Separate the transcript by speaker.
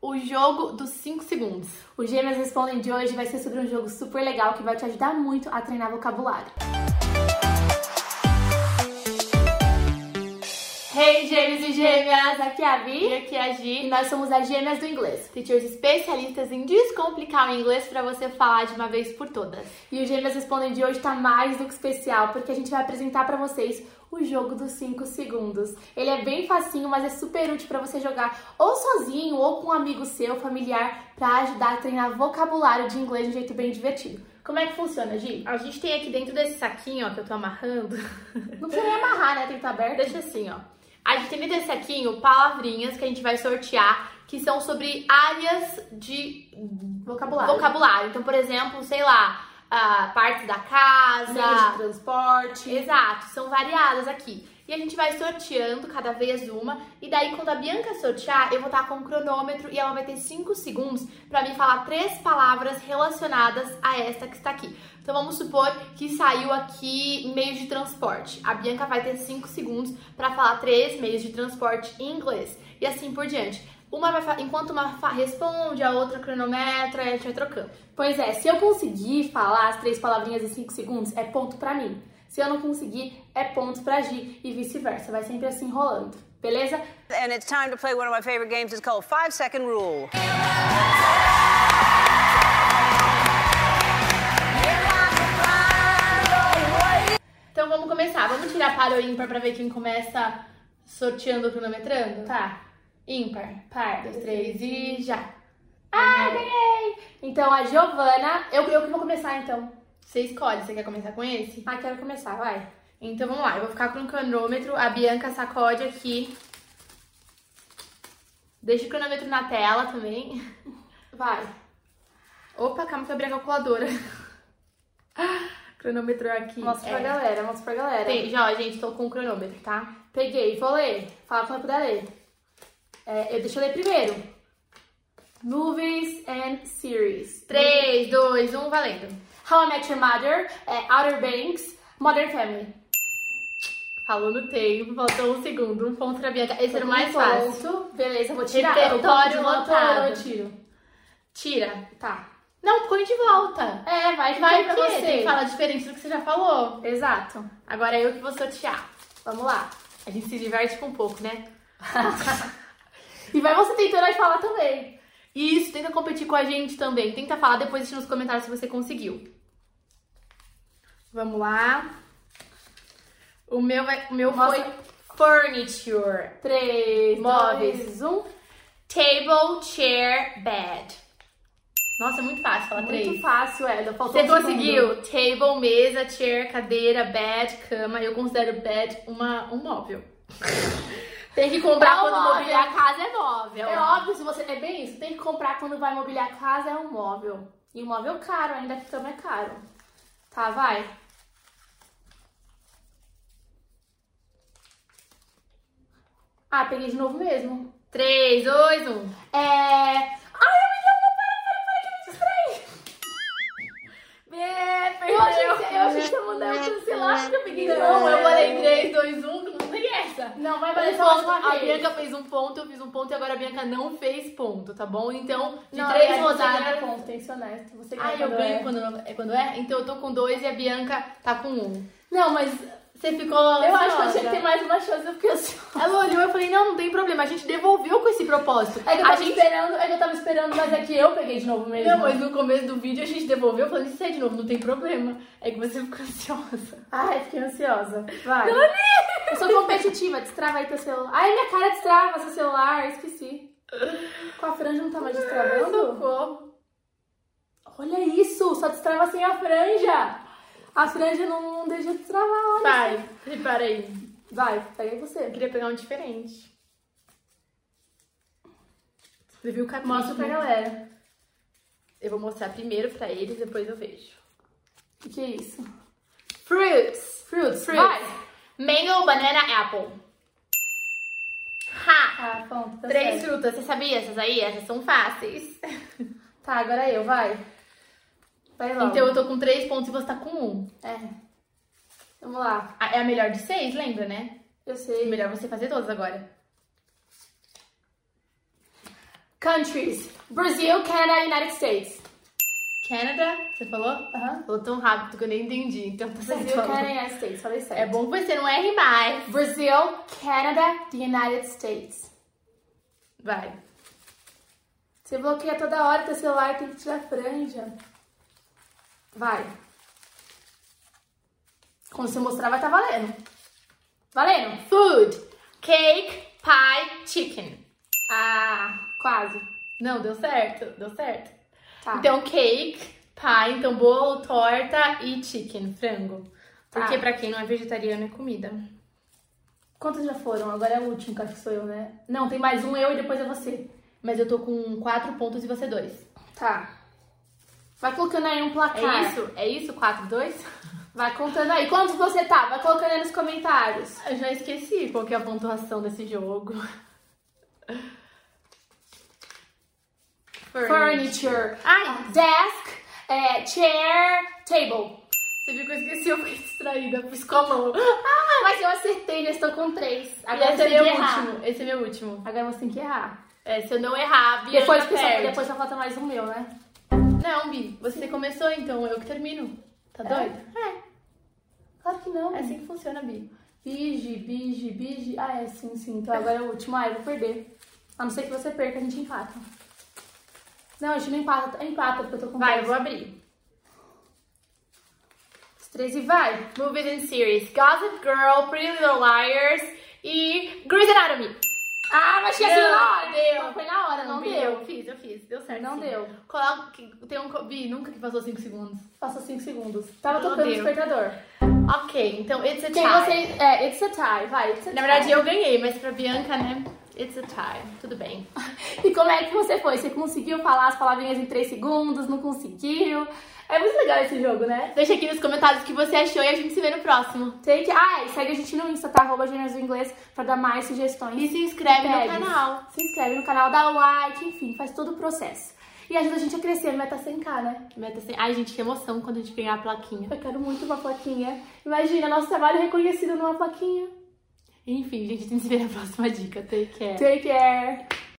Speaker 1: o jogo dos 5 segundos.
Speaker 2: O Gêmeas Respondem de hoje vai ser sobre um jogo super legal que vai te ajudar muito a treinar vocabulário. Hey, gêmeos e gêmeas! Aqui é a
Speaker 1: E
Speaker 2: Vi
Speaker 1: aqui é a
Speaker 2: e
Speaker 1: Gi,
Speaker 2: nós somos as Gêmeas do Inglês.
Speaker 1: teachers especialistas em descomplicar o inglês para você falar de uma vez por todas.
Speaker 2: E o Gêmeas Respondem de hoje tá mais do que especial, porque a gente vai apresentar pra vocês o jogo dos 5 segundos. Ele é bem facinho, mas é super útil pra você jogar ou sozinho ou com um amigo seu, familiar, pra ajudar a treinar vocabulário de inglês de um jeito bem divertido. Como é que funciona, Gi?
Speaker 1: A gente tem aqui dentro desse saquinho, ó, que eu tô amarrando.
Speaker 2: Não precisa nem amarrar, né? Tem que estar aberto.
Speaker 1: Deixa assim, ó. A gente tem dentro desse saquinho palavrinhas que a gente vai sortear, que são sobre áreas de
Speaker 2: Vocabulário.
Speaker 1: vocabulário. Então, por exemplo, sei lá, ah, partes da casa,
Speaker 2: Meios de transporte.
Speaker 1: Exato, são variadas aqui. E a gente vai sorteando cada vez uma. E daí, quando a Bianca sortear, eu vou estar com o cronômetro e ela vai ter 5 segundos para me falar três palavras relacionadas a esta que está aqui. Então vamos supor que saiu aqui meios de transporte. A Bianca vai ter 5 segundos para falar três meios de transporte em inglês. E assim por diante. Uma vai fa- enquanto uma fa- responde, a outra cronometra, e a gente vai trocando.
Speaker 2: Pois é, se eu conseguir falar as três palavrinhas em cinco segundos, é ponto pra mim. Se eu não conseguir, é ponto pra Gi e vice-versa. Vai sempre assim rolando, beleza?
Speaker 3: And it's time to play one of my favorite games. It's called Five Second Rule.
Speaker 1: Então vamos começar. Vamos tirar par ou ímpar pra ver quem começa sorteando ou cronometrando?
Speaker 2: Tá,
Speaker 1: Ímpar.
Speaker 2: par,
Speaker 1: Um, dois, três e já.
Speaker 2: Ah, ganhei! Então a Giovana, eu, eu que vou começar então.
Speaker 1: Você escolhe, você quer começar com esse?
Speaker 2: Ah, quero começar, vai.
Speaker 1: Então vamos lá, eu vou ficar com o cronômetro, a Bianca sacode aqui. Deixa o cronômetro na tela também.
Speaker 2: Vai.
Speaker 1: Opa, calma que eu abri a calculadora. cronômetro aqui.
Speaker 2: Mostra pra
Speaker 1: É.
Speaker 2: galera, mostra pra galera.
Speaker 1: Tem- Já, ó, gente, tô com o cronômetro, tá?
Speaker 2: Peguei, vou ler. Fala quando eu puder ler. É, eu, deixa eu ler primeiro. Movies and series.
Speaker 1: 3, 2, 1, valendo.
Speaker 2: How I Met Your Mother, é, Outer Banks, Modern Family.
Speaker 1: Falou no tempo, faltou um segundo, um ponto pra Bianca. Esse era o mais
Speaker 2: Um
Speaker 1: fácil.
Speaker 2: ponto. Beleza, eu vou tirar.
Speaker 1: Repertório
Speaker 2: Eu vou de
Speaker 1: lotado.
Speaker 2: volta, Eu tiro.
Speaker 1: Tira.
Speaker 2: Tá.
Speaker 1: Não, põe de volta.
Speaker 2: É, vai,
Speaker 1: Vai
Speaker 2: vai
Speaker 1: pra
Speaker 2: pra
Speaker 1: quê?
Speaker 2: você.
Speaker 1: Tem que falar diferente do que você já falou.
Speaker 2: Exato.
Speaker 1: Agora eu que vou sortear.
Speaker 2: Vamos lá.
Speaker 1: A gente se diverte com um pouco, né?
Speaker 2: E vai você tentando falar também.
Speaker 1: E Isso, tenta competir com a gente também. Tenta falar depois deixa nos comentários se você conseguiu. Vamos lá. O meu, vai, o meu foi
Speaker 2: Mostra.
Speaker 1: furniture.
Speaker 2: Três,
Speaker 1: Móveis.
Speaker 2: dois, um.
Speaker 1: Table, chair, bed. Nossa, é muito fácil falar três.
Speaker 2: Muito fácil, Ela. Faltou
Speaker 1: Você
Speaker 2: um segundo.
Speaker 1: conseguiu table, mesa, chair, cadeira, bed, cama. Eu considero bed uma, um móvel. Tem que comprar
Speaker 2: É um
Speaker 1: quando
Speaker 2: móvel.
Speaker 1: mobiliar a casa é móvel.
Speaker 2: É óbvio, se você. É bem isso. Tem que comprar quando vai mobiliar a casa, é um móvel. E um móvel caro, ainda que também é caro. Tá, vai. Ah, peguei de novo mesmo.
Speaker 1: 3, 2, 1.
Speaker 2: É. Ai, eu me lembro, para, para, para, que eu me distraí. Eu achei que você- eu achei que você ia mandar eu cancelar, acho que eu peguei de
Speaker 1: Não,
Speaker 2: novo.
Speaker 1: eu falei
Speaker 2: 3.
Speaker 1: 3, 2, 1, não tem essa.
Speaker 2: Não, vai valer
Speaker 1: Um
Speaker 2: só
Speaker 1: ponto,
Speaker 2: uma
Speaker 1: a
Speaker 2: vez.
Speaker 1: Bianca fez um ponto, eu fiz um ponto e agora a Bianca não fez ponto, tá bom? Então, de
Speaker 2: Não,
Speaker 1: três
Speaker 2: aliás, você ganha
Speaker 1: rodadas.
Speaker 2: ponto, tem que ser honesto. Você ganha
Speaker 1: Ah, eu
Speaker 2: quando
Speaker 1: ganho
Speaker 2: é.
Speaker 1: quando é. quando é? Então eu tô com dois e a Bianca tá com um.
Speaker 2: Não, mas
Speaker 1: Você ficou.
Speaker 2: eu acho que eu
Speaker 1: ansiosa.
Speaker 2: tinha que ter mais uma chance, eu fiquei ansiosa.
Speaker 1: Ela olhou e eu falei, não, não tem problema, a gente devolveu com esse propósito.
Speaker 2: É que eu
Speaker 1: a
Speaker 2: tava
Speaker 1: gente.
Speaker 2: esperando, é que eu tava esperando, mas é que eu peguei de novo mesmo.
Speaker 1: Não, mas no começo do vídeo a gente devolveu falando, isso é de novo, não tem problema. É que você ficou ansiosa.
Speaker 2: Ai, fiquei ansiosa. Vai. Eu sou competitiva, destrava aí teu celular. Ai, minha cara destrava seu celular, esqueci. Com a franja não tá mais destravando?
Speaker 1: Socorro.
Speaker 2: Olha isso, só destrava sem a franja. A franja não deixa destravar, olha.
Speaker 1: Vai, repara aí.
Speaker 2: Vai, peguei
Speaker 1: Eu
Speaker 2: você.
Speaker 1: queria pegar um diferente. Você viu o capítulo?
Speaker 2: Mostra pra galera.
Speaker 1: Eu vou mostrar primeiro pra eles, depois eu vejo.
Speaker 2: O que é isso?
Speaker 1: Fruits.
Speaker 2: Fruits,
Speaker 1: Fruits.
Speaker 2: vai.
Speaker 1: Mango, banana, apple. Ha!
Speaker 2: Ah, pronto, tá
Speaker 1: Três
Speaker 2: certo.
Speaker 1: frutas, você sabia essas aí? Essas são fáceis.
Speaker 2: Tá, agora eu, vai. Vai logo.
Speaker 1: Então eu tô com três pontos e você tá com um.
Speaker 2: É. Vamos lá.
Speaker 1: Ah, É a melhor de seis, lembra, né?
Speaker 2: Eu
Speaker 1: É
Speaker 2: sei.
Speaker 1: melhor você fazer todas agora.
Speaker 2: Countries. Brasil, Canada, United States.
Speaker 1: Canada, você falou?
Speaker 2: Aham.
Speaker 1: Falou tão rápido que eu nem entendi, então tá
Speaker 2: Brasil,
Speaker 1: certo.
Speaker 2: Canada, United States. Falei certo.
Speaker 1: É bom que você não erre mais.
Speaker 2: Brasil, Canada, the United States.
Speaker 1: Vai.
Speaker 2: Você bloqueia toda hora teu celular, tem que tirar franja. Vai. Quando você mostrar, vai estar tá valendo. Valendo.
Speaker 1: Food. Cake, pie, chicken.
Speaker 2: Ah, quase.
Speaker 1: Não, deu certo, deu certo.
Speaker 2: Tá.
Speaker 1: Então, cake, pie, então bolo, torta e chicken, frango. Porque
Speaker 2: Tá.
Speaker 1: pra quem não é vegetariano é comida.
Speaker 2: Quantos já foram? Agora é o último, que acho que sou eu, né? Não, tem mais um eu e depois é você.
Speaker 1: Mas eu tô com quatro pontos e você dois.
Speaker 2: Tá. Vai colocando aí um
Speaker 1: É
Speaker 2: placar.
Speaker 1: isso? É isso? Quatro, dois?
Speaker 2: Vai contando aí. Quantos você tá? Vai colocando aí nos comentários.
Speaker 1: Eu já esqueci qual que é a pontuação desse jogo. Furniture.
Speaker 2: Furniture. Ah,
Speaker 1: Ai,
Speaker 2: Desk, é, chair, table.
Speaker 1: você viu que eu esqueci, eu fiquei distraída, piscou a mão.
Speaker 2: Ah, mas eu acertei, já estou com três. Agora
Speaker 1: esse
Speaker 2: você
Speaker 1: é
Speaker 2: tem
Speaker 1: meu
Speaker 2: que errar.
Speaker 1: último. Esse é meu último.
Speaker 2: Agora você tem que errar.
Speaker 1: É, se eu não errar, Bia
Speaker 2: Depois,
Speaker 1: já
Speaker 2: que só,
Speaker 1: perde.
Speaker 2: depois só falta mais um meu, né?
Speaker 1: Não, Bi, você começou, então eu que termino. Tá doido? É,
Speaker 2: Claro que não.
Speaker 1: é assim que funciona, Bi.
Speaker 2: Bige, bige, bige. Ah, é, sim, sim. Então agora é o último. Ah, eu vou perder. A não ser que você perca, a gente empata. Não, a gente não empata. É Empata, porque eu tô com
Speaker 1: Vai, eu
Speaker 2: três.
Speaker 1: vou abrir.
Speaker 2: Os três e vai.
Speaker 1: Movies and series. Gossip Girl, Pretty Little Liars e Grey's Anatomy.
Speaker 2: Ah, mas tinha sido
Speaker 1: assim, Não,
Speaker 2: na hora.
Speaker 1: deu.
Speaker 2: Não, Foi na hora, não,
Speaker 1: Bi,
Speaker 2: deu.
Speaker 1: Eu fiz, eu fiz. Deu certo.
Speaker 2: Não
Speaker 1: sim.
Speaker 2: deu.
Speaker 1: Coloca, que- tem um... co- Bi, nunca que passou 5 segundos.
Speaker 2: Passou 5 segundos. Tava
Speaker 1: Não
Speaker 2: tocando o
Speaker 1: deu.
Speaker 2: despertador.
Speaker 1: Ok, então it's a
Speaker 2: Quem
Speaker 1: tie.
Speaker 2: você. É, it's a tie, vai. It's a
Speaker 1: Na verdade,
Speaker 2: tie.
Speaker 1: eu ganhei, mas pra Bianca, né? It's a tie. Tudo bem.
Speaker 2: E como é que você foi? Você conseguiu falar as palavrinhas em 3 segundos? Não conseguiu? É muito legal esse jogo, né?
Speaker 1: Deixa aqui nos comentários o que você achou e a gente se vê no próximo.
Speaker 2: Take... Ah, e segue a gente no Insta, tá? Arroba Gêneros do Inglês, pra dar mais sugestões.
Speaker 1: E se inscreve no
Speaker 2: Tags.
Speaker 1: canal.
Speaker 2: Se inscreve no canal, dá like, enfim, faz todo o processo. E ajuda a gente a crescer, meta 100k, né?
Speaker 1: Meta sem- Ai, gente, que emoção quando a gente ganhar a plaquinha.
Speaker 2: Eu quero muito uma plaquinha. Imagina, nosso trabalho reconhecido numa plaquinha.
Speaker 1: Enfim, gente, a gente se vê na próxima dica. Take care.
Speaker 2: Take care!